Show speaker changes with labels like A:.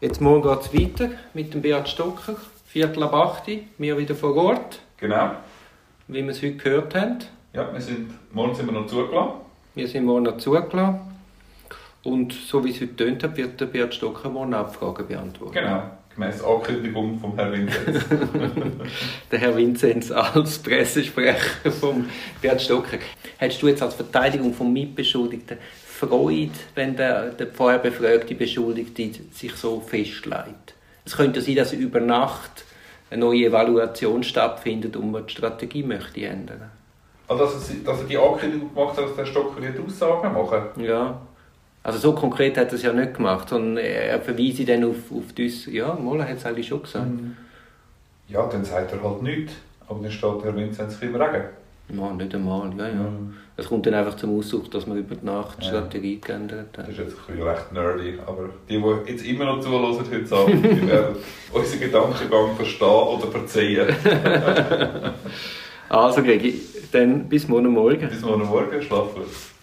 A: Jetzt morgen geht es weiter mit dem Beat Stocker. Viertel ab 8 Uhr, wir wieder vor Ort,
B: Genau.
A: wie wir es heute gehört haben.
B: Ja, wir sind, morgen sind wir noch zugelassen.
A: Wir sind morgen noch zugelassen. Und so wie es heute tönt hat, wird der Beat Stocker morgen auch die Fragen beantworten.
B: Genau. Gemäss Ankündigung vom Herrn Winter.
A: Der Herr Vinzenz als Pressesprecher von Bert Stocker. Hättest du jetzt als Verteidigung von Mitbeschuldigten Freude, wenn der, der vorher befragte Beschuldigte sich so festlegt? Es könnte sein, dass über Nacht eine neue Evaluation stattfindet und man die Strategie möchte ändern.
B: Also, dass er, dass er die Ankündigung gemacht hat, dass der Stocker wird Aussagen machen.
A: Ja. Also so konkret hat er es ja nicht gemacht, sondern er verweise dann auf, auf das. Ja, Moller hat es eigentlich schon gesagt.
B: Mhm. Ja, dann sagt er halt nichts. Aber dann steht Herr Vinzenz viel im Regen.
A: Ja, nicht einmal, ja, ja. Es kommt dann einfach zum Ausdruck, dass man über die Nacht die Strategie geändert
B: Das
A: hat.
B: ist jetzt ein bisschen recht nerdy, aber die, die jetzt immer noch zuhören heute Abend, die werden unseren Gedankengang verstehen oder verzeihen.
A: Also, Gregi, dann bis morgen Morgen.
B: Bis morgen Morgen, schlaf gut.